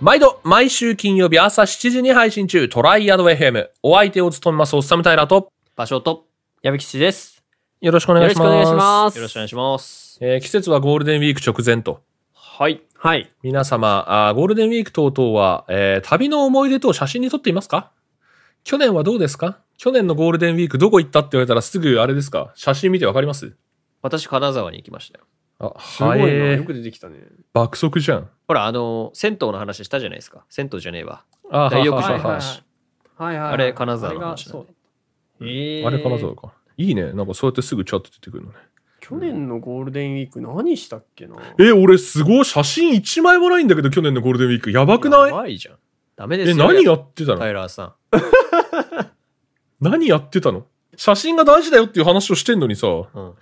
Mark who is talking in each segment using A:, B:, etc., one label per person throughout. A: 毎度、毎週金曜日朝7時に配信中、トライアド FM。お相手を務めます、おっさむたいらと、
B: 場所と、矢吹吉です。
A: よろしくお
B: よ
A: 願い
B: ろし
A: しま
B: く
A: す。
B: お願いします。
A: よろしくお願いし
B: 願いし
A: ま
B: ます。
A: す。えー季節はゴールデンウィーク直前と。
B: はい。はい。
A: 皆様、あーゴールデンウィーク等々は、えー旅の思い出と写真に撮っていますか去年はどうですか去年のゴールデンウィークどこ行ったって言われたらすぐあれですか写真見てわかります
B: 私、金沢に行きましたよ。
A: あ、
C: すごいな、
A: はえ
C: よく出てきたね。
A: 爆速じゃん。
B: ほら、あの、銭湯の話したじゃないですか。銭湯じゃねえわ。
A: あ
B: 大浴場
A: はははは
C: はいはいはい。
B: あれ金沢の話だね
C: あれがそうえー
A: あれからそうか。いいね。なんかそうやってすぐチャット出てくるのね。
C: 去年のゴールデンウィーク何したっ けな
A: え、俺すごい写真1枚もないんだけど、去年のゴールデンウィーク。やばくない
B: やばいじゃん。ダメです
A: え、
B: よ。
A: 何やってたの、
B: タイラーさん。
A: 何やってたの写真が大事だよっていう話をしてんのにさ、
B: うん。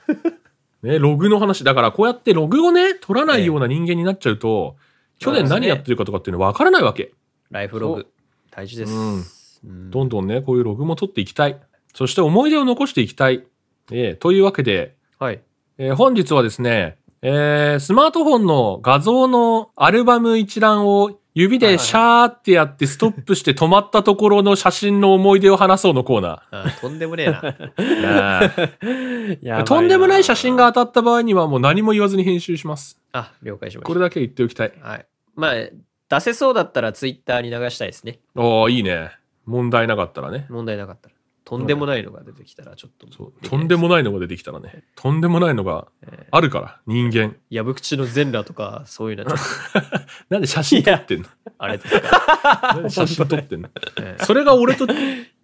A: ね、ログの話。だからこうやってログをね、取らないような人間になっちゃうと、去年
B: そうです
A: 何
B: ね
A: やってるかとかっていうの分からないわけ。
B: ライフログ、大事です。うん
A: どんどんね、こういうログも取っていきたい。そして思い出を残していきたい。えーというわけで、
B: はい。
A: えー本日はですね、えースマートフォンの画像のアルバム一覧を指でシャーってやってストップして止まったところの写真の思い出を話そうのコーナ
B: あとんでもねえ な。
A: ー。
C: やばい
A: とんでもない写真が当たった場合にはもう何も言わずに編集します。
B: あ、了解しま
A: こ
B: し
A: れだけ言っておきたい。
B: た。はい。まあ、出せそうだったらツイッターに流したいですね。
A: おー、いいね。問題なかったらね。
B: 問題なかったら。とんでもないのが出てきたら、ちょっと。
A: そうとんでもないのが出てきたらね。とんでもないのがあるから、人間。
B: 矢口の全裸とか、そういうのはちょっ
A: なんで写真撮 ってんの
B: と、あれです か。
A: なんで写真撮ってんの
B: ええ
A: それが俺と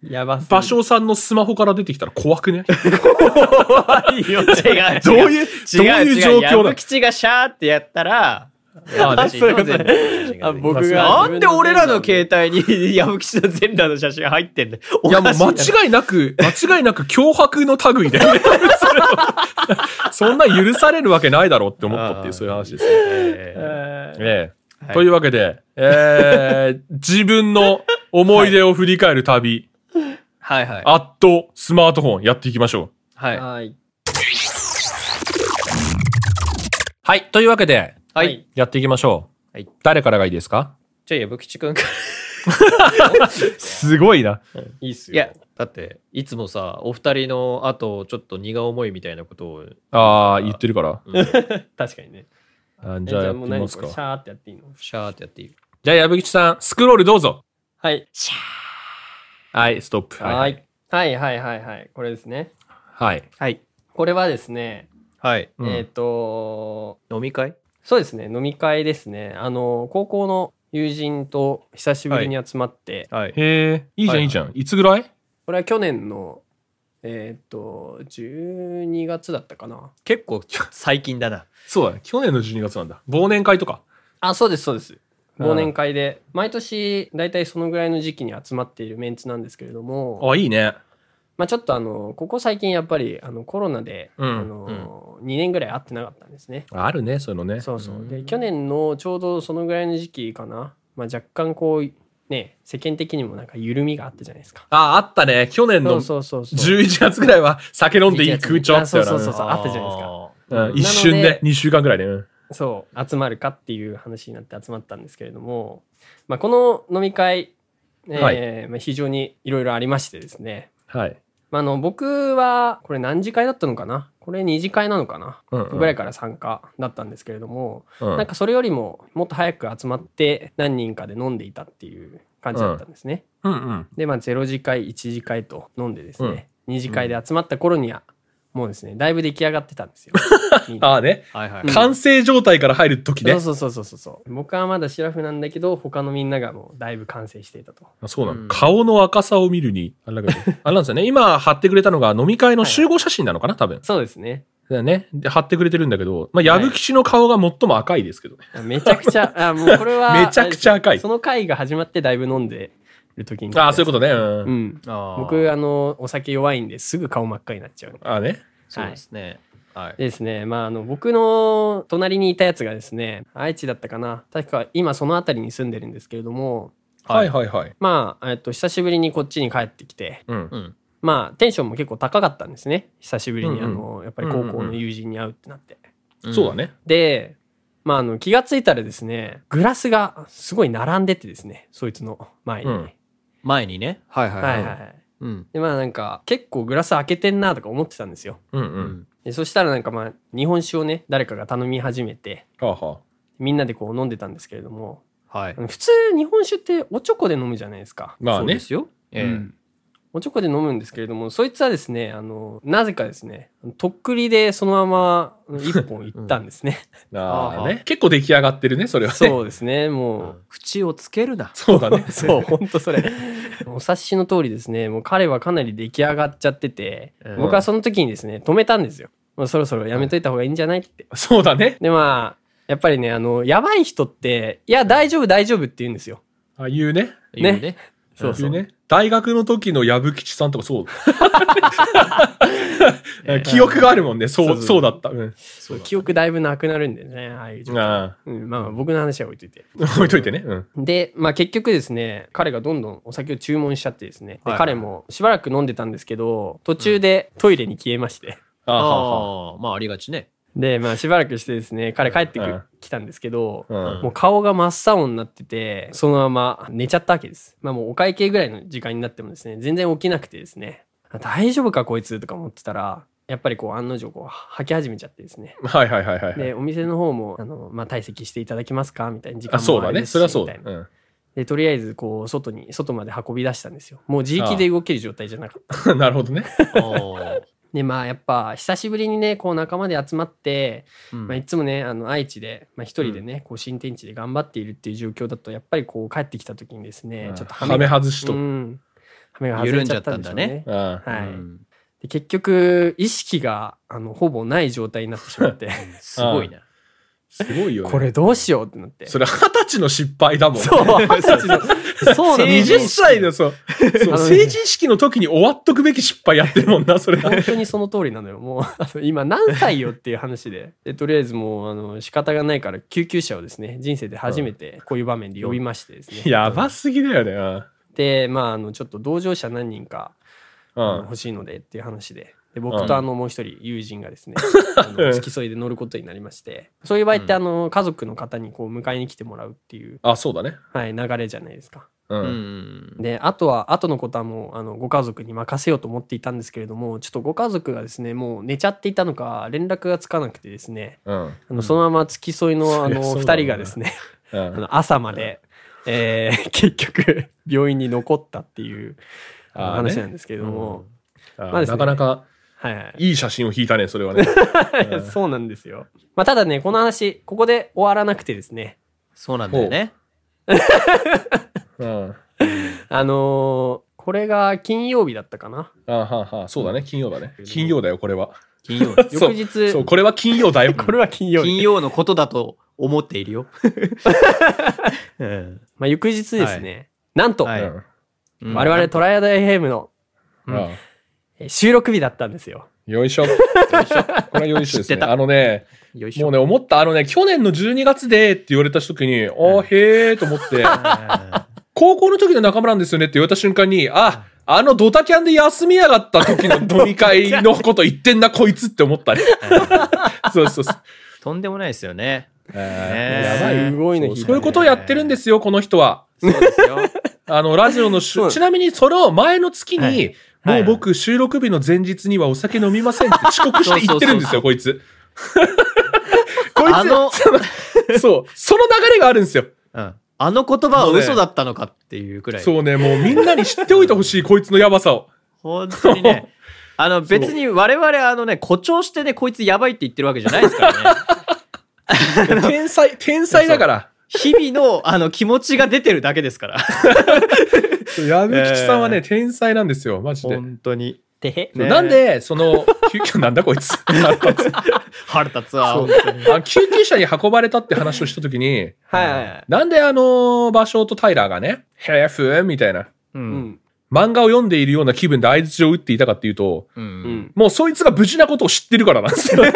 C: やばすぎ
A: 芭蕉さんのスマホから出てきたら怖くね
B: いいよ違う違う。
A: どういう、どういう状況な
B: 矢
A: の
B: 吹がシャーってやったら、
A: あ
B: 矢吹の全裸の写真が出てきます
C: あ僕が
B: なんで俺らの携帯に矢吹の全裸の写真入ってんだよ。
A: いやもう
B: おかしな
A: 間違いなく、間違いなく脅迫の 類だよね。そんな許されるわけないだろうって思ったっていう、そういう話ですね。
B: えー
C: えー
A: ええ
B: はい
A: というわけで、えー自分の思い出を振り返る旅、
B: はいはい。
A: アットスマートフォンやっていきましょう。
B: はい。
C: はい。
A: はい。というわけで、
B: はい。
A: やっていきましょう。
B: はい
A: 誰からがいいですか
B: じゃあ、矢吹くんから。
A: すごいな。
C: いいっす
B: い
C: よ
B: や。、だって、いつもさ、お二人の後、ちょっと荷が重いみたいなことを、
A: ああ、言ってるから。
C: 確かにね。
A: あ
C: え
A: じ
C: じ
A: ゃあ
C: ゃ
A: や
C: あ
A: って
C: もう
A: みま
C: 何
A: す
C: こ
A: か
C: れシ。ャーってやっていいの
B: シャーってやっている。
A: じゃあ、矢吹さん、スクロールどうぞ。
C: はい。
A: はい、ストップ。
C: は。い。はいはいはいはい。これですね。
A: はい。
B: はい。
C: これはですね、
B: はい。
A: うん
C: えっと、
B: 飲み会
C: そうですね、飲み会ですね。あの、高校の友人と久しぶりに集まって、
B: は
A: へ
B: い。
A: え、いいじゃ
B: は
A: ん、
B: い
A: いいじゃん。いつぐらい
C: これは去年の、えーっと、12月だったかな。
B: 結構、最近だな。
A: そうだね。去年の12月なんだ。忘年会とか。
C: あ、そうです、そうです。
A: うん
C: 忘年会で、毎年、大体そのぐらいの時期に集まっているメンツなんですけれども、
A: あ、いいね。
C: まあちょっとあの、ここ最近やっぱり、あの、コロナで、
A: うん
C: あの、2年ぐらい会ってなかったんですね。
A: あるね、そういうのね。
C: そうそうう。
B: ん
C: で、去年のちょうどそのぐらいの時期かな、まあ若干こう、ね、世間的にもなんか緩みがあったじゃないですか。
A: あ、あったね。去年
C: そ
A: の
C: うそうそうそう。
A: 11月ぐらいは酒飲んでいい空調あったよな
C: あそうそうそうあったじゃないですか
A: うん
C: うん
A: 一瞬
C: な
A: で
C: ので、
A: 2週間ぐらいで。うん
C: そう集まるかっていう話になって集まったんですけれども、まあ、この飲み会、えー
A: はい
C: まあ、非常にいろいろありましてですね、
A: はい。
C: まあ、あの僕はこれ何次会だったのかなこれ2次会なのかな、
A: うんうん
C: ぐらいから参加だったんですけれども、
A: うん
C: なんかそれよりももっと早く集まって何人かで飲んでいたっていう感じだったんですね、
A: うんうん。
C: でまあ0次会1次会と飲んでですね、2次会
A: う
C: で集まった頃にはもうですねだいぶ出来上がってたんで すよみんな
A: ああね。
B: はいはい。
C: うん
A: 完成状態から入る時ね。
C: そうそうそうそうそう僕はまだシラフなんだけど他のみんながもうだいぶ完成していたと
A: あそうな
B: う
A: の。
B: ん
A: 顔の赤さを見るに。あれだ けどあれなんですよね。今貼ってくれたのが飲み会の集合写真なのかな、多分。
C: そうですね
A: だよね。で貼ってくれてるんだけど、まあ、矢吹氏の顔が最も赤いですけどね。
C: めちゃくちゃあもうこれ は
A: めちゃくちゃ赤い
C: その会が始まってだいぶ飲んでる時に
A: ああ、そういうことね。
C: と
A: う。
C: うんん
B: あー
C: 僕あのお酒弱いんですぐ顔真っ赤になっちゃう
A: ああね。
B: そうですね。はい。
C: でですねまああの僕の隣にいたやつがですね愛知だったかな確か今その辺りに住んでるんですけれども
A: はいはいはい。
C: まあ、えっと、久しぶりにこっちに帰ってきて
A: うん
B: う。ん。
C: まあテンションも結構高かったんですね久しぶり
A: うん
C: に、
A: うん
C: あのやっぱり高校の友人に会うってなって、
A: そうだね。
C: でまあ、あの、気がついたらですね、グラスがすごい並んでてですね、そいつの前に。
A: うん
B: 前にね。はいはい
C: はいはいはい。
B: うん。
C: で、まあなんか、結構グラス開けてんなとか思ってたんですよ。
A: うんう。
B: うんん。
C: でそしたらなんかまあ、日本酒をね、誰かが頼み始めて、
A: はあはあ。
C: みんなでこう飲んでたんですけれども、
B: はい
C: あ。の普通日本酒っておちょこで飲むじゃないですか。
A: まあ
B: そうで
A: ね。
B: すよ。え
C: う
B: え。
C: んおちょこで飲むんですけれども、そいつはですね、あの、なぜかですね、とっくりでそのまま一本いったんですね。
A: ああ
B: あ
A: ね
B: あ。
A: 結構出来上がってるね、それはね。う。
C: そうですね、もう。
B: 口をつけ るな。
A: そうだね。
C: そう、ほんとそれ。お察しの通りですね、もう彼はかなり出来上がっちゃってて、
B: うん
C: 僕はその時にですね、止めたんですよ。もうそろそろやめといた方がいいんじゃないって。
A: そうだね。
C: で、まあ、やっぱりね、あの、やばい人って、いや、大丈夫、大丈夫って言うんですよ。
A: あ、言うね。
B: 言うね。
C: そうそう
A: 言ね。大学の時の藪吉さんとか そう。記憶があるもんね。そう、そうだった。うん。
B: そうだ
C: 記憶だいぶなくなるんでね、ああいう状態。
A: あ
C: うん、まあまあ、僕の話は置いといて。
A: あ。置いといてね。うん。
C: で、まあ結局ですね、彼がどんどんお酒を注文しちゃってですね、で
B: はい
C: 彼もしばらく飲んでたんですけど、途中でトイレに消えまして、
A: ああは
B: ああ、まあありがち ね。
C: で、まあしばらくしてですね、彼帰ってく、
A: うん
C: きたんですけど、
A: あはあ。
C: もう顔が真っ青になってて、そのまま寝ちゃったわけです。まあもうお会計ぐらいの時間になってもですね、全然起きなくてですね、あ大丈夫かこいつとか思ってたら、やっぱりこう案の定こう吐き始めちゃってですね。
A: うん。はいはいはいはい。
C: で、お店の方も、あの、まあ、退席していただけますかみたいな時間
A: あ、
C: も
A: そうだ
C: あれ
A: ね。
C: ですし
A: それはそうだ。
C: みたいな
A: うん。
C: で、とりあえず、こう、外に、外まで運び出したんですよ。もう自力で動ける状態じゃなかっ た。
A: なるほどね。
B: ああ
C: で、まあ、やっぱ、久しぶりにね、こう、仲間で集まって、
B: うん
C: まあ、いつもね、あの、愛知で、まあ、一人でね、こう、新天地で頑張っているっていう状況だと、やっぱりこう、帰ってきた時にですね、
A: うん
C: ちょっと
A: はめ外しと
C: う。ん。羽目が外れちゃったんでしょうね。
B: 緩ん
A: ああ
C: はい、
B: うん
C: で。結局、意識が、あの、ほぼない状態になってしまって、
B: すごいな。
A: すごいよね。
C: これどうしようってなって。
A: それ二十歳の失敗だもん。
C: そう、二十歳の。そうな の
A: 20歳だよ、そう。そう
C: あのね
A: 成人式の時に終わっとくべき失敗やってるもんな、 それ。
C: 本当にその通りなのよ。もう、あの今何歳よっていう話で。で、とりあえずもう、あの、仕方がないから救急車をですね、人生で初めてこういう場面で呼びましてですね。
A: やばすぎだよね
C: で、まあ、あの、ちょっと同乗者何人か、
A: うん。
C: あの
A: うん。
C: 欲しいのでっていう話で。で、
A: う
C: 僕
A: ん
C: とあの、もう一人友人がで すね、あの付き添いで乗ることになりまして、そういう場合って、あの、家族の方にこう、迎えに来てもらうっていう、
A: あ、そうだね。
C: はい、流れじゃないですか。
A: う。
B: うんん。
C: で、あとは、後のことはもう、あの、ご家族に任せようと思っていたんですけれども、ちょっとご家族がですね、もう寝ちゃっていたのか、連絡がつかなくてですね、
A: うん。
C: あのそのまま付き添いの、
A: そ
C: あ
A: りゃ
C: の、
A: そうだろう
C: 二
A: な
C: 人がですね、
A: う
C: あ
A: ん。
C: の、朝まで、えー 結局、病院に残ったっていうあの
A: あーね
C: 話なんですけれども、
A: あ
C: まあですね
A: なかなか
C: はいはい
A: い写真を引いたね、それはね。
C: い。そうなんですよ。まあ、ただね、この話、ここで終わらなくてですね、
B: そうなんだよね。
A: うん。
C: あのーこれが金曜日だったかな。
A: あははそうだね、金曜だね。金曜だよ、これは。
B: 金曜。
A: そう
C: 翌日
A: そう、これは金曜だよ。
C: これは金曜日。
B: 金曜のことだと思っている よ。うん
C: まあ、翌日ですね、なんと、
B: はいううん
C: 我々トライアドエヘムの
A: んうん
C: えー収録日だったんですよ。
A: よいしょ。これはよいしょです
B: 知って
A: ね。
B: た
A: あのね、
B: よいしょ
A: もうね、思った、あのね、去年の12月でって言われた時に、あーへーと思って、高校の時の仲間なんですよねって言われた瞬間に、あ、あのドタキャンで休みやがった時の飲み会のこと言ってんな、こいつって思 ったね。そうそうそう。
B: とんでもないですよね。
A: や
B: や
A: ば
B: ば
A: い
B: い
C: すごいの
A: そう
C: 引い
A: そういう
C: た
A: こ
C: ね
A: とをやってるんですよ、この人は。
B: そうですよ。
A: あの、ラジオのし
C: そう
A: ゅ、ちなみにそれを前の月に、
B: はい
A: も
B: は
A: う
B: い
A: 僕収録日の前日にはお酒飲みませんって遅刻して言ってるん ですよ、こいつ。 こいつ
B: あの、
A: そう、その流れがあるんですよ。
B: うんあの言葉は嘘だったのかっていうくらい。
A: そうね、もうみんなに知っておいてほしい、こいつのやばさ を。
B: 本当にね。あの別に我々あのね、誇張してね、こいつやばいって言ってるわけじゃないで すからね。
A: 天才、天才だから。
B: 日々のあの気持ちが出てるだけですから。
A: そう矢部吉さんはね、天才なんですよ、マジで。
B: 本当に。
C: でへ
B: ね
A: なんで、その、 急遽なんだこい つ。
B: 腹立つわ。
A: そう
B: 本当に
A: あ救急車に運ばれたって話をしたときに、
C: はいはいはい。
A: なんであの、場所とタイラーがね、へえ、ふえ、みたいな、
B: う。
C: うんん。
A: 漫画を読んでいるような気分で相槌を打っていたかっていうと、
B: う。
C: うんん。
A: もうそいつが無事なことを知ってるからなんですよ。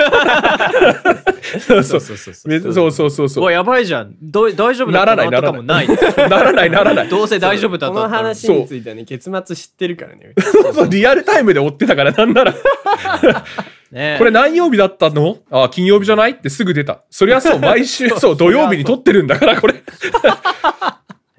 A: そうそう
B: そうそうそ
A: めそうそうそう
B: う
A: そ
B: わ、やばいじゃん。どう大丈夫だったの
A: な
B: と
A: ら
B: か
A: ない
B: もない。
A: う。ならないならない。
B: どうせ大丈夫だ
C: こ
B: と。
C: の話についてはね、結末知ってるからね。
A: そうそうリアルタイムで追ってたから、なんなら。
B: ね
A: これ何曜日だったのああ、金曜日じゃないってすぐ出た。そりゃそう、毎週、そう、土曜日に撮ってるんだから、これ。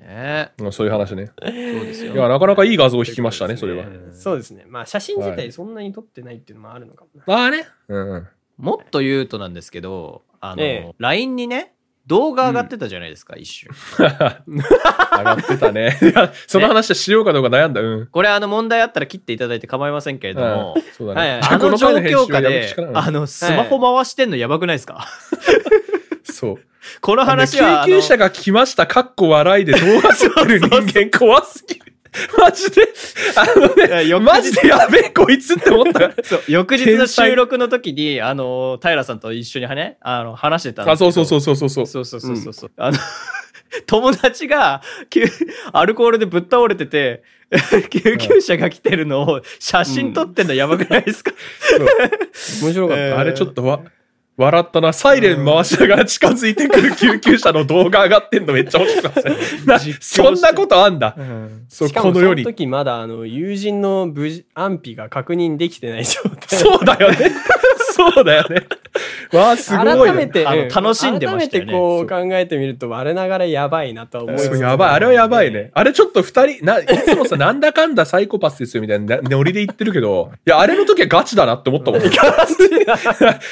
B: ね
A: うんそういう話ね。
B: そうです
A: い
B: よ。
A: や、なかなかいい画像を引きましたね、それは。
C: そうですね。まあ写真自
A: は
C: 体
A: い
C: そんなに撮ってないっていうのもあるのかもな。
A: まあね。うんうん。
B: もっと言うとなんですけど、あの、
C: ええ
B: LINE にね、動画上がってたじゃないですか、一瞬。
A: 上がってたね。いや、その話はしようかどうか悩んだ。うん。
B: これ、あの、問題あったら切っていただいて構いませんけれども、
A: うんそうだ
B: はい はい
A: ね。
B: あの状況下
A: やる
B: で
A: 力な、の
B: あの、スマホ回してんのやばくないですか
A: そう。
B: この話は、
A: あのね救急車が来ました、かっこ笑いで動画撮ってる人間怖すぎる。マジで、
B: いや
A: あのね、
B: 翌日
A: マジでやべえ、こいつって思った。
B: あのそう翌日の収録の時に、あの、平さんと一緒にはね、あの、話してたんで
A: あ、
B: すけど
A: そうそうそうそうそうそう。
B: そうそうそうそうそう。あの 友達が急アルコールでぶっ倒れてて 救急車が来てるのを写真撮ってんのやばくないですか、
C: 面白かった。
B: えー
A: あれちょっとわ、笑ったな。サイレン回しながら近づいてくる救急車の動画上がってんのめっちゃ面白かったですね。 なそんなことあんだ。そう、
C: しかも
A: こ
C: そ
A: の世
C: の
A: に。
C: 時まだあの友人の無事安否が確認できてない状態。
A: そうだよね。そうだよね。わあ、 すごいよ。
C: 改めて、
B: あの
C: うん
B: 楽しんでましたよね
C: 改めてこう考えてみると、我ながらやばいなとは思います
A: そ
C: け
A: う
C: ど。
A: やばい。あれはやばいね。あれちょっと二人、な、いつもさ、なんだかんだサイコパスですよみたいなノリで言ってるけど、いや、あれの時はガチだなって思った もん。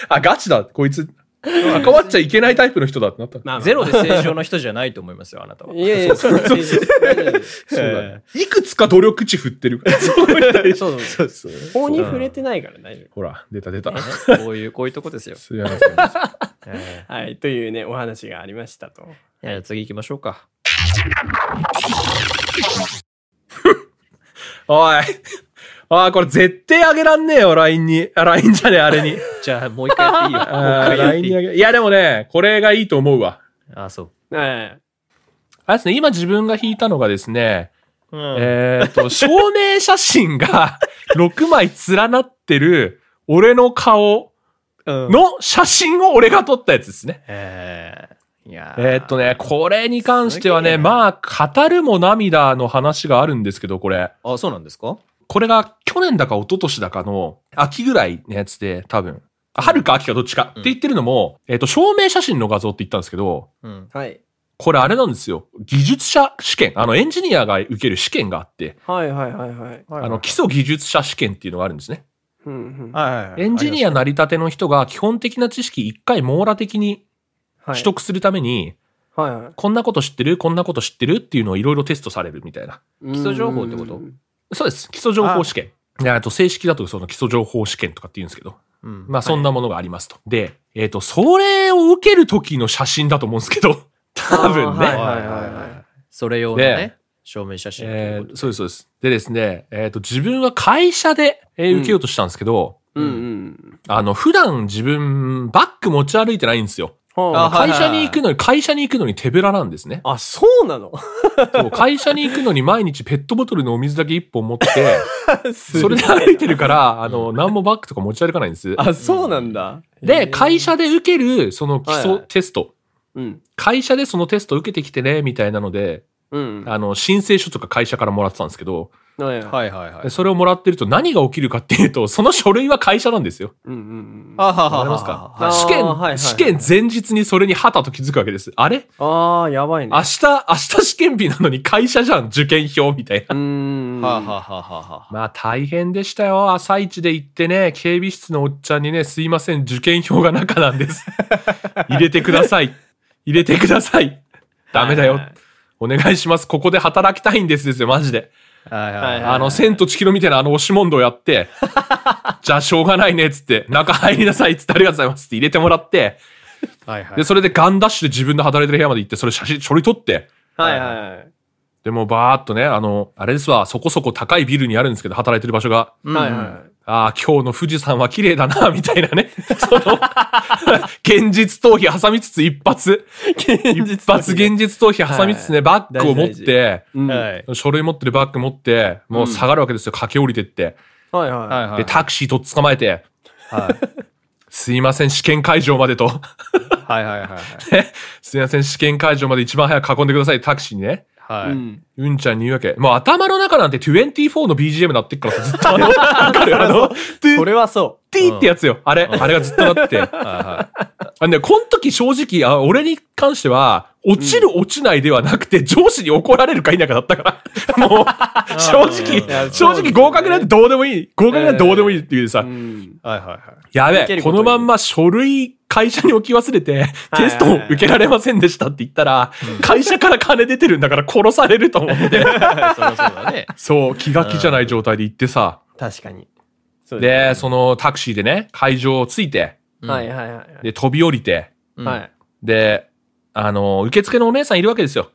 A: あ、ガチだ。こいつ、関わっちゃいけないタイプの人だってなった。
C: まあまあ
B: ゼロで正常な人じゃないと思いますよ、あなたは。
C: いやいや、そうそう そ
A: そうだね。いくつか努力値振ってるから。そういう人
C: うそう。
A: そう
C: 法に触れてないから大丈
A: ほら、出た出た。
B: ねこういう、こういうとこですよ。
A: すいません
C: 夫。はい、というね、お話がありましたと。
B: いや次行きましょうか。
A: おい。ああ、これ絶対あげらんねえよ、LINE に。あ LINE じゃねえ、あれに。
B: じゃあ、もう一回やっていいよ。もう一
A: あー
B: 回やってい
A: LINE
B: い
A: にあげいや、でもね、これがいいと思うわ。
B: あ、そう。
C: はい。
A: あれですね、今自分が引いたのがですね、
B: うん
A: えーっ と、証明写真が6枚連なってる俺の顔の写真を俺が撮ったやつですね。
B: えーいやー
A: えーっとね、これに関しては
B: すげえ
A: ね、まあ、語るも涙の話があるんですけど、これ。
B: あ、そうなんですか
A: これが去年だか一昨年だかの秋ぐらいのやつで、多分。あ春か秋かどっちか、
B: うん
A: って言ってるのも、えっ、と、証明写真の画像って言ったんですけど、
B: うん。
C: はい。
A: これあれなんですよ。技術者試験。あの、エンジニアが受ける試験があって、
C: はいはいはいはい。
A: あの、基礎技術者試験っていうのがあるんですね。
C: うんうん
B: はいはいはい
A: エンジニアなりたての人が基本的な知識一回網羅的に
C: はい
A: 取得するために、
C: はいは
A: こんなこと知ってるこんなこと知ってるっていうのをいろいろテストされるみたいな。
C: い。
B: 基礎情報ってこと
C: うん
A: そうです。基礎情報試験。であと正式だとその基礎情報試験とかって言うんですけど。
B: うん
A: まあそんなものがありますと。で、えっ、と、それを受ける時の写真だと思うんですけど、多分ね。
C: あーはいはいはいはい
B: それ用のね、
A: ね
B: 証明写真とい
A: え
B: うこ
A: ー
B: とで
A: そうです、そうです。でですね、えっ、と、自分は会社で、えー
C: うん
A: 受けようとしたんですけど、
C: うん
A: あの、普段自分、バッグ持ち歩いてないんですよ。
C: うん。
B: あ
C: は
B: は
A: 会
B: いはい
A: 社に行くのに、会社に行くのに手ぶらなんです ね。
C: あ、あそうなの
A: そう会社に行くのに毎日ペットボトルのお水だけ一本持 って、そ
C: そ
A: れで歩いてるから、あの、何もバッグとか持ち歩かないんです。
C: あ、そうなんだ。
A: で、会社で受ける、その基
C: はい
A: 礎
C: はい
A: テスト。
C: うん。
A: 会社でそのテスト受けてきてね、みたいなので、
C: うん。
A: あの、申請書とか会社からもらってたんですけど、
C: はいはい。
B: はいはいはい。
A: それをもらってると何が起きるかっていうと、 その書類は会社なんですよ。
C: うんうんうん。
B: あははは
A: わかりますか
B: は
C: あー
A: 試験、
C: はいはいはい
A: 試験前日にそれに旗と気づくわけです。あれ
C: ああ、やばいね。
A: 明日、明日試験日なのに会社じゃん、受験票みたいな。
C: うーん。
B: ははははは
A: まあ大変でしたよ。朝一で行ってね、警備室のおっちゃんにね、すいません、受験票が中なんです。 入れてください。入れてください。ダメだよ。お願いします。ここで働きたいんですですよ、マジで。
B: はいはい
C: は
B: はい
A: あの、千と千尋みたいなあの押し問答や って、じゃあしょうがないね、つって、中入りなさい、つってありがとうございますって入れてもらって、
B: はいはい
A: で、それでガンダッシュで自分で働いてる部屋まで行って、それ写真、書類取って、
C: はいはいはい。
A: でもうバーっとね、あの、あれですわ、そこそこ高いビルにあるんですけど、働いてる場所が、
B: うん
C: はいは
A: ああ、今日の富士山は綺麗だな、みたいなね。 その、現実逃避挟みつつ一発、
C: い。現
A: 一発現実逃避挟みつつね、バッグを持っ
C: 大事
A: て、
C: うんはい
B: はい
A: 書類持ってるバッグ持って、もう下がるわけですよ、駆け下りてって。
C: はい。
B: はい
C: は
B: はい
A: で、タクシーとっ捕まえて、
B: はい
A: すいません、試験会場までと。
B: はいはいはいはい
A: すいません、試験会場まで一番早く運んでください、タクシーにね。
B: はい。
C: うん
A: うんちゃんに言うわけ。もう頭の中なんて24の BGM なってっからずっとあの、わかるあの、
C: それはそ
A: ティーってやつよ。あれ、あれがずっとなって。
B: はいは
A: あのね、この時正直、あ俺に関しては、落ちる落ちないではなくて、上司に怒られるか否かだったから。もう、正
B: いや
A: 直、正直合格なんてどうでもいい。合格なんてどうでもいいっていうさ、
C: う。うん。
B: い。はいはいはい。
A: やべ
C: 受け
A: え、
C: る
A: こ
C: こと
A: の
C: に
A: まんま書類、会社に置き忘れて、テストを受けられませんでしたって言ったら、会社から金出てるんだから殺されると思って。
B: そりゃそうだ ね。
A: そう、気が気じゃない状態で行ってさ。
C: 確かに。
B: そう
A: で、そのタクシーでね、会場をついて、
B: うん
C: はいはいはい
A: で、飛び降りて、
B: うん
C: はい。
A: で、あの、受付のお姉さんいるわけですよ。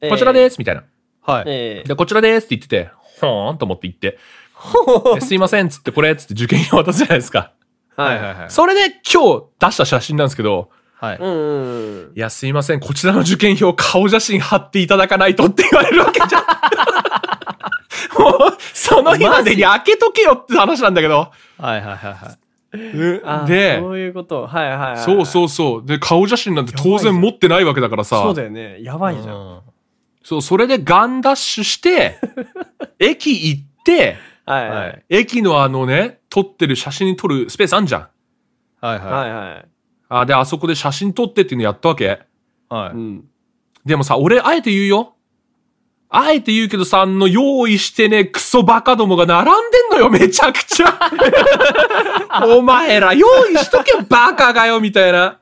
C: はい。。
A: こちらですす、みたいな。
B: はい。
C: ええ
A: で、こちらですって言ってて、ほーんと思って行 って、ですいません、つってこれ、つって受験票渡すじゃないですか。
B: はいはい
C: い。
B: はい。
A: それで今日出した写真なんですけど、
B: はい。
C: うんうんうん。
A: いや、すいません、こちらの受験票顔写真貼っていただかないとって言われるわけじゃん。もう、その日までに開けとけよって話なんだけど。
B: はいはいはいはい。
C: あ
A: で
C: そういうこと。はいはいはい。
A: そう
C: う。
A: そうそう。で、顔写真なんて当然持ってないわけだからさ。
C: そうだよね。やばいじゃん。
B: うん
A: そう、それでガンダッシュして、駅行って、
C: はい
B: は
C: はいい。
A: 駅のあのね、撮ってる写真に撮るスペースあんじゃん。
B: はいは
C: はいはい。
A: あ、で、あそこで写真撮ってっていうのやったわけ。
B: い。は
C: う
B: い。
C: ん。
A: でもさ、俺、あえて言うよ。あえて言うけどさ、あの、用意してね、クソバカどもが並んでんのよ、めちゃくちゃ。お前ら、用意しとけ、バカがよ、みたいな。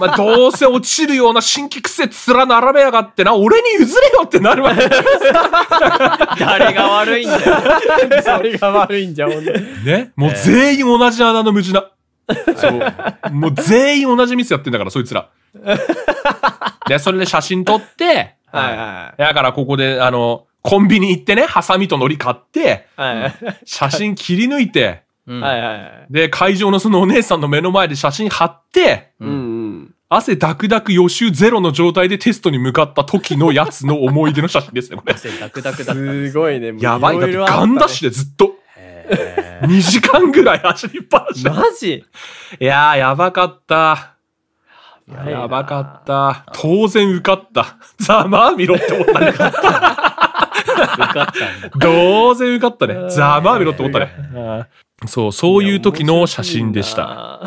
A: まあ、どうせ落ちるような新規癖面並べやがってな、俺に譲れよってなるわけ。
B: 誰が悪いんだよ。
C: それが悪いんじゃん、ほんとに。
A: ね。もう全員同じ穴の無地な。そう。もう全員同じミスやってんだから、そいつら。で、それで写真撮って、
C: はいは
A: だからここで、あの、コンビニ行ってね、ハサミと海苔買って、
C: い。はいはい
A: 写真切り抜いて、
B: うん
C: はいはい。
A: で、会場のそのお姉さんの目の前で写真貼って、
C: うんうん。
A: 汗ダクダク予習ゼロの状態でテストに向かった時のやつの思い出の写真ですね、これ。
B: 汗ダクダクだった。
C: すごいね。も う
A: やばい。だって
C: ろろあ
A: ガ
C: ったね
A: ンダッシュでずっと
B: へ
A: 2時間ぐらい走りっぱなし。
C: マジ
A: いやー、やばかった。
C: やばいな
A: やばかった。当然受かった。ざまあみろって思ったね。
B: ー受かったんだ。
A: 当然受かったね。ざまあみろって思ったね
B: い。
A: そう、そういう時の写真でした。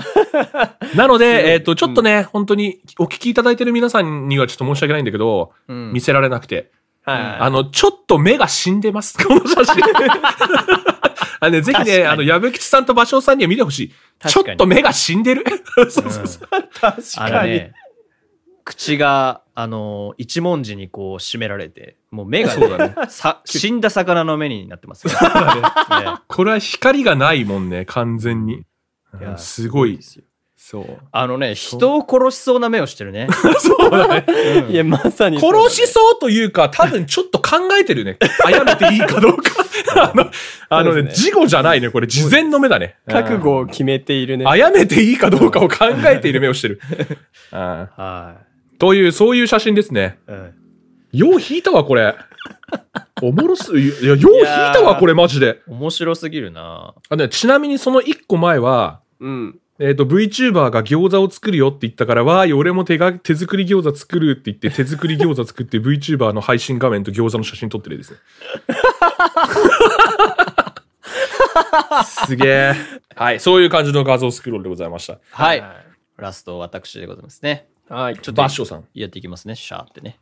C: た。
A: なので、えっ、と、ちょっとね、本当にお聞きいただいてる皆さんにはちょっと申し訳ないんだけど、
B: うん
A: 見せられなくて。
C: はい。
A: あの、ちょっと目が死んでます。 この写真。あのね、ぜひ
B: 確かに
A: ね、あの、矢吹さんと芭蕉さんには見てほしい。ちょ
B: 確かに
A: っと目が死んでる。 そうそうそう。
C: 確
B: あの。ね、口が、あの、一文字にこう締められて、もう目が、
A: そうだね
B: さ死んだ魚の目になってます よ。ね
A: これは光がないもんね、完全に。
B: いや
A: うんすごい
B: で。すよ
A: そう。
B: あのね、人を殺しそうな目をしてるね。
A: そうだね。
C: いや、まさにそうだね。
A: 殺しそうというか、多分ちょっと考えてるね。あやめていいかどうか。あの、あの
C: そう
A: ね、
C: です
A: 事後じゃないね。これ、事前の目だね。
C: 覚悟を決めているね。
A: あやめていいかどうかを考えている目をしてる。あ
B: は
A: ーという、そういう写真ですね。
B: い。うん
A: よう引いたわ、これ。 おもろす、いや、よう引いたわ、これ、マジで。
B: 面白すぎるな
A: あのねちなみにその一個前は、
C: うん。
A: えっ、と、VTuber が餃子を作るよって言ったから、わーい、俺も手が、手作り餃子作るって言って、手作り餃子作って VTuber の配信画面と餃子の写真撮ってる絵ですね。すげえ。はい、そういう感じの画像スクロールでございました。
B: はい。ラスト、私でございますね。
C: はい。ちょっ
A: バッショさん。
B: やっていきますね、シャーってね。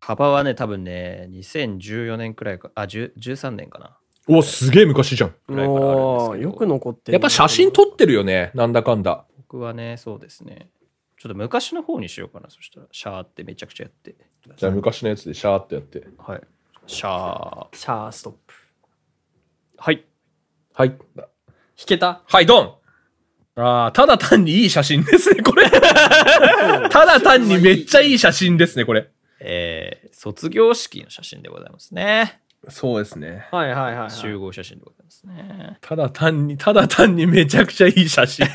B: 幅はね、多分ね、2014年くらいか、あ、10 13年かな。
A: お、すげえ昔じゃん。
C: と、
B: 暗いからあれです
C: も
B: け
C: う、
B: ど
C: よく残ってる
A: やっぱ写真撮ってるよね、なんだかんだ。
B: 僕はね、そうですね。ちょっと昔の方にしようかな、そしたら。シャーってめちゃくちゃやって。
A: じゃあ昔のやつでシャーってやって。
B: はい。シャー。
C: シャーストップ。
B: はい。
A: はい。
C: 弾けた
A: はい、ドンああ、ただ単にいい写真ですね、こ れ。ただ単にめっちゃいい写真ですね、これ。
B: えー、卒業式の写真でございますね。
A: そうですね。
C: はいはいはい。
B: 集合写真でございますね。
A: ただ単に、ただ単にめちゃくちゃいい写真。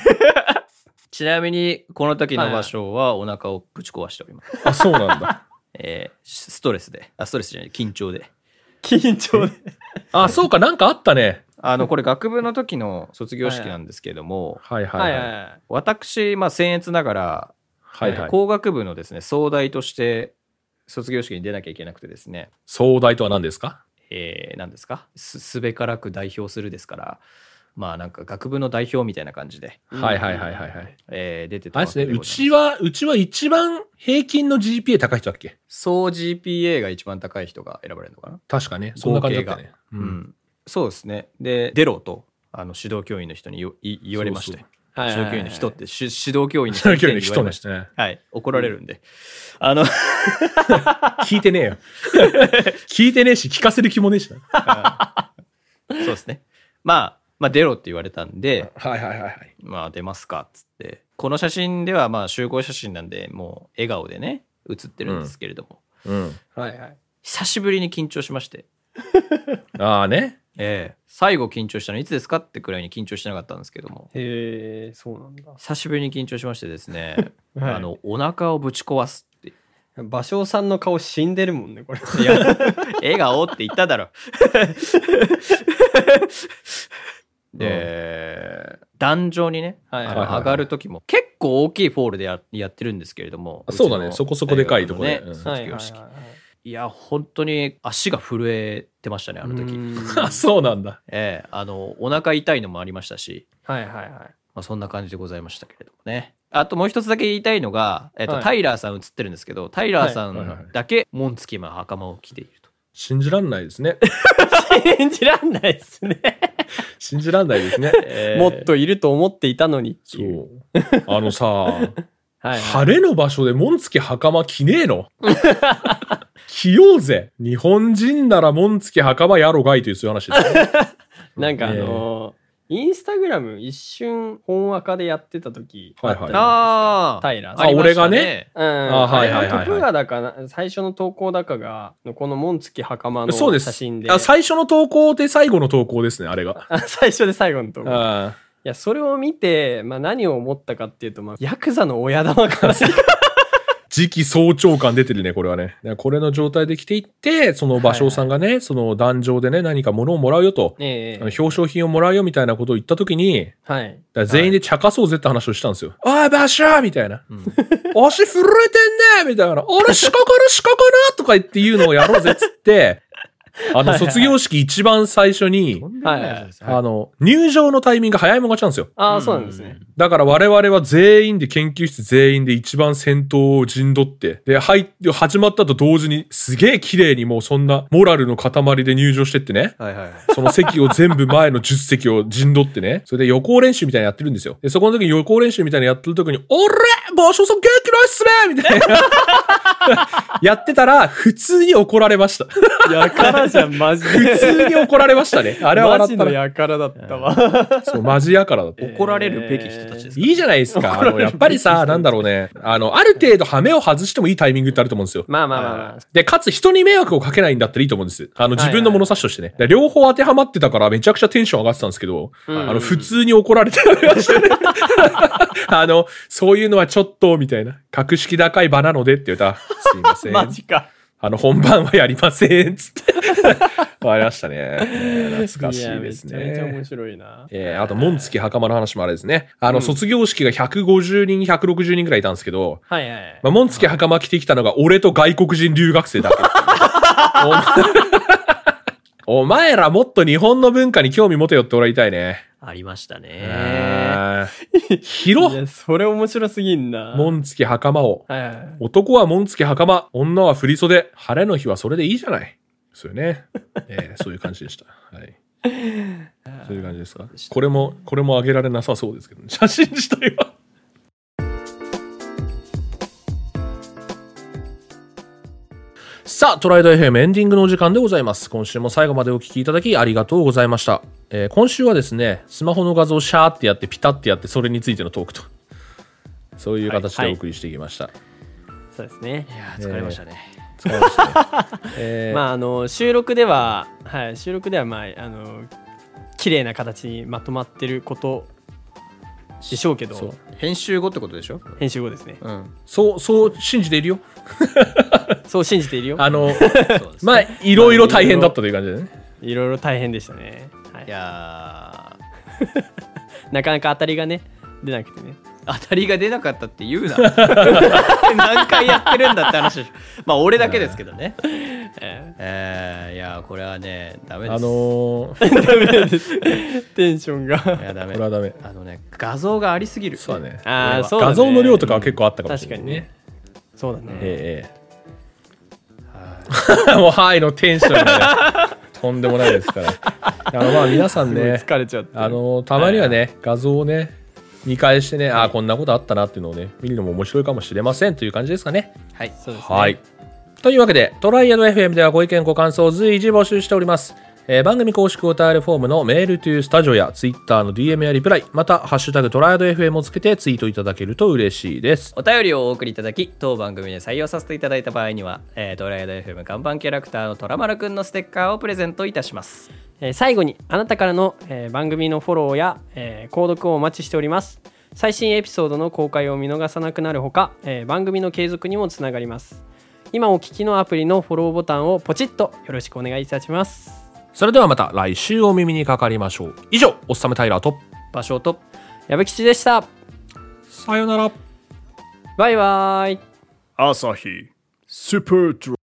B: ちなみに、この時の場所はお腹をぶち壊しております。
A: あ、そうなんだ。
B: えー、ストレスで、あ、ストレスじゃない、緊張で。
C: 緊張で。
A: あ、そうか、なんかあったね。
B: あの、これ学部の時の卒業式なんですけれども、
A: はいは
C: はいい
A: は
C: はい
A: い。
C: はい。
B: 私、まあ、僭越ながら、
A: はいはい。
B: 工学部のですね、総代として卒業式に出なきゃいけなくてですね、
A: 壮大とは何ですか
B: えー、何ですかす、すべからく代表するですから、まあなんか学部の代表みたいな感じで、
C: うん
A: はいはいはいはいはい。
B: えー出てた
A: あれで
B: わけ
A: すね、
B: で
A: う
B: ございます
A: ちは、うちは一番平均の GPA 高い人だっけ
B: 総 GPA が一番高い人が選ばれるのかな。
A: 確かね、そんな感じだったね。う
B: う。ん、そうですね。で、出ろとあの指導教員の人によい言われまして、
C: はいはい
B: 指
C: はい
B: 導教員の人ってし指導教員の
A: その
B: 先
A: 距離の
B: 生に言われ
A: 人
B: ま
A: で
B: し
A: した ね。
B: た。はい、怒られるんで。あの、
A: 聞いてねえ よ。聞いてねえし、聞かせる気もねえしな。
B: そうですね。まあ、まあ、出ろって言われたんで、
A: はいはいはいはい。
B: まあ、出ますかっつって、この写真ではまあ集合写真なんで、もう笑顔でね、写ってるんですけれども、
A: うん。
C: はいはい。
B: 久しぶりに緊張しまして、
A: ああね。
B: ええ最後緊張したのいつですかってくらいに緊張してなかったんですけども、
C: へえ、そうなんだ。
B: 久しぶりに緊張しましてです ね、
C: はい
B: あの、お腹をぶち壊すって
C: 芭蕉さんの顔死んでるもんね、これ。
B: いや、笑顔って言った だろ。で、壇上にね、
C: はい
B: あ
A: はいはい
B: の上がる時も、結構大きいホールでややってるんですけれども
A: あ、そうだね
B: ちの
A: そこそこでかいとこで
B: 大学の
A: うん
B: ね卒業式。いや、本当に足が震えてましたね、あの時。
A: あ、そうなんだ。
B: ええ、あの、お腹痛いのもありましたし、
C: はいはいはい。
B: まあ、そんな感じでございましたけれどもね。あともう一つだけ言いたいのが、えっと
C: はい
B: タイラーさん映ってるんですけど、タイラーさ
A: はいはいはい
B: んだけ紋付きの袴を着ていると。
A: 信じらんないですね。
C: 信じらんないですね。
A: 信じらんないですね。
B: ええ
C: もっといると思っていたのにって
A: そ
C: いう。
A: う。あのさ、
C: はいはい
A: 晴れの場所で紋付き袴着ねえ の着ようぜ日本人なら紋付き袴やろがいというそういう話 ですよ。
C: なんかあのーインスタグラム一瞬本赤でやってた時
A: はいはい
C: あったじゃないですか
B: ああ、
C: タイラーさん
B: ありました
A: あ俺がね。
C: うん、
A: あはいはいはいはい
C: あれ徳川だかな最初の投稿だかがのこの紋付き袴の
A: そうです。
C: 写真で
A: あ最初の投稿で最後の投稿ですね、あれが。
C: あ最初で最後の投稿い
A: あ
C: やそれを見て、まあ、何を思ったかっていうと、まあ、ヤクザの親玉からする
A: 次期総長感出てるね、これはね。これの状態で着ていって、その芭蕉さんがね、その壇上でね、何か物をもらうよと、
C: ええ
A: あの表彰品をもらうよみたいなことを言ったときに、
C: はい
A: だから全員で茶化そうぜって話をしたんですよ。おい、芭蕉みた いな。
B: うん
A: 足震えてんねみた いな。俺、鹿から鹿かなとか言って言うのをやろうぜっつ って、あの、卒業式一番最初に、
C: はいはいはい
A: あの、入場のタイミングが早いもん勝ちなんですよ。
C: ああそうなんですね、
A: だから我々は全員で研究室全員で一番先頭を陣取って、で、入って、始まったと同時にすげえ綺麗にもうそんなモラルの塊で入場してってね。
B: はいはい。
A: その席を全部前の10席を陣取ってね。それで予行練習みたいなのやってるんですよ。で、そこの時に予行練習みたいなのやってる時に、俺場所さん元気ないっすねみたいな。 やってたら、普通に怒られました。
C: やからじゃんマジで
A: 普通に怒られましたね。あれは
C: マ
A: 笑
C: ジ
A: った
C: の
A: な。
C: やからだったわ
A: そう、マジやからだと。
B: 怒られるべき人たちですか
A: いいじゃないですか。あの、やっぱりさ、なんだろうね。あの、ある程度羽目を外してもいいタイミングってあると思うんですよ。
C: まあまあまあ、まあ、
A: で、かつ人に迷惑をかけないんだったらいいと思うんです。あの、
C: はい
A: 自分の物差しとしてね。で両方当てはまってたからめちゃくちゃテンション上がってたんですけど、
C: うん
A: あの、普通に怒られてましたね。 あの、そういうのはちょっと、みたいな。格式高い場なのでって言ったら、すいません。
C: マジか
A: あの、本番はやりません。つって。 わかりましたね。えー懐かしいです
C: やめちゃめちゃ面
A: ね。
C: 白いな
A: えーあと、紋付き袴の話もあれですね。あの、卒業式が150人、160人くらいいたんですけど、
C: はいはいはい
A: まあ、紋付き袴着てきたのが俺と外国人留学生だけ。お前お前らもっと日本の文化に興味持てよって俺は言いたいね。
B: ありましたね。
A: えー、着ろ
C: いやそれ面白すぎんな
A: 紋付き袴を。
C: はいはいはい
A: 男は紋付き袴、女は振袖。晴れの日はそれでいいじゃない。そうよね。えーそういう感じでした。はい。そういう感じですか。これも、これも上げられなさそうですけど、ね、写真自体は。さあ、トライド FM エンディングのお時間でございます。今週も最後までお聞きいただきありがとうございました。えー今週はですね、スマホの画像をシャーってやって、ピタってやって、それについてのトークと。そういう形でお送りしてきました。
C: そうですね
B: いやー疲れましたね。
A: そうですね。えー
C: まああの収録では、はい、収録ではまああの綺麗な形にまとまってることでしょうけ
A: そう
C: ど
B: 編集後ってことでしょ
C: 編集後ですね
B: うん。
A: そう、そう信じているよ。
C: そう信じているよ
A: あ の、
B: そうですね。
A: まあ、いろいろ大変だったという感じでね。
C: いろいろ大変でしたね、はいい、
B: や
C: なかなか当たりがね出なくてね
B: 当たりが出なかったって言うな 何回やってるんだって話でしょまあ俺だけですけどね
C: え
B: えー、いやこれはねダメです
A: あのー、こ
C: ーダメです。テンション
B: い
C: が。
B: やダメ
A: れはダメ。
B: あのね画像がありすぎる
A: そうだね。
C: あーそうだね
A: 画像の量とかは結構あったかもし
C: 確か
A: れない
C: に。ね。そうだね。
A: ええ え
B: は
A: え。もう、はいのテンション がね、とんでもないですから。あの、まあ皆さん
C: すご い
A: ね、
C: 疲れちゃって。
A: あのたまにはね、画像をね見返してねああこんなことあったなっていうのをね見るのも面白いかもしれませんという感じですかね。
B: いはい
C: そうですね。
A: はい。というわけで、トライアド FM ではご意見、ご感想を随時募集しております。えー番組公式お便りフォームのメールトゥースタジオや Twitter の DM やリプライ、また、ハッシュタグトライアド FM をつけてツイートいただけると嬉しいです。
B: お便りをお送りいただき当番組で採用させていただいた場合には、えー、ドライアド FM 看板キャラクターの虎丸くんのステッカーをプレゼントいたします
C: えー最後にあなたからの、えー番組のフォローや、えー購読をお待ちしております最新エピソードの公開を見逃さなくなるほか、えー番組の継続にもつながります今お聞きのアプリのフォローボタンをポチッとよろしくお願いいたします
A: それではまた来週お耳にかかりましょう。以上、おっさめタイラーと、
B: 場所と
C: 矢吹吉でした
A: さよなら。
C: バイバイ
D: 朝日スーパードライ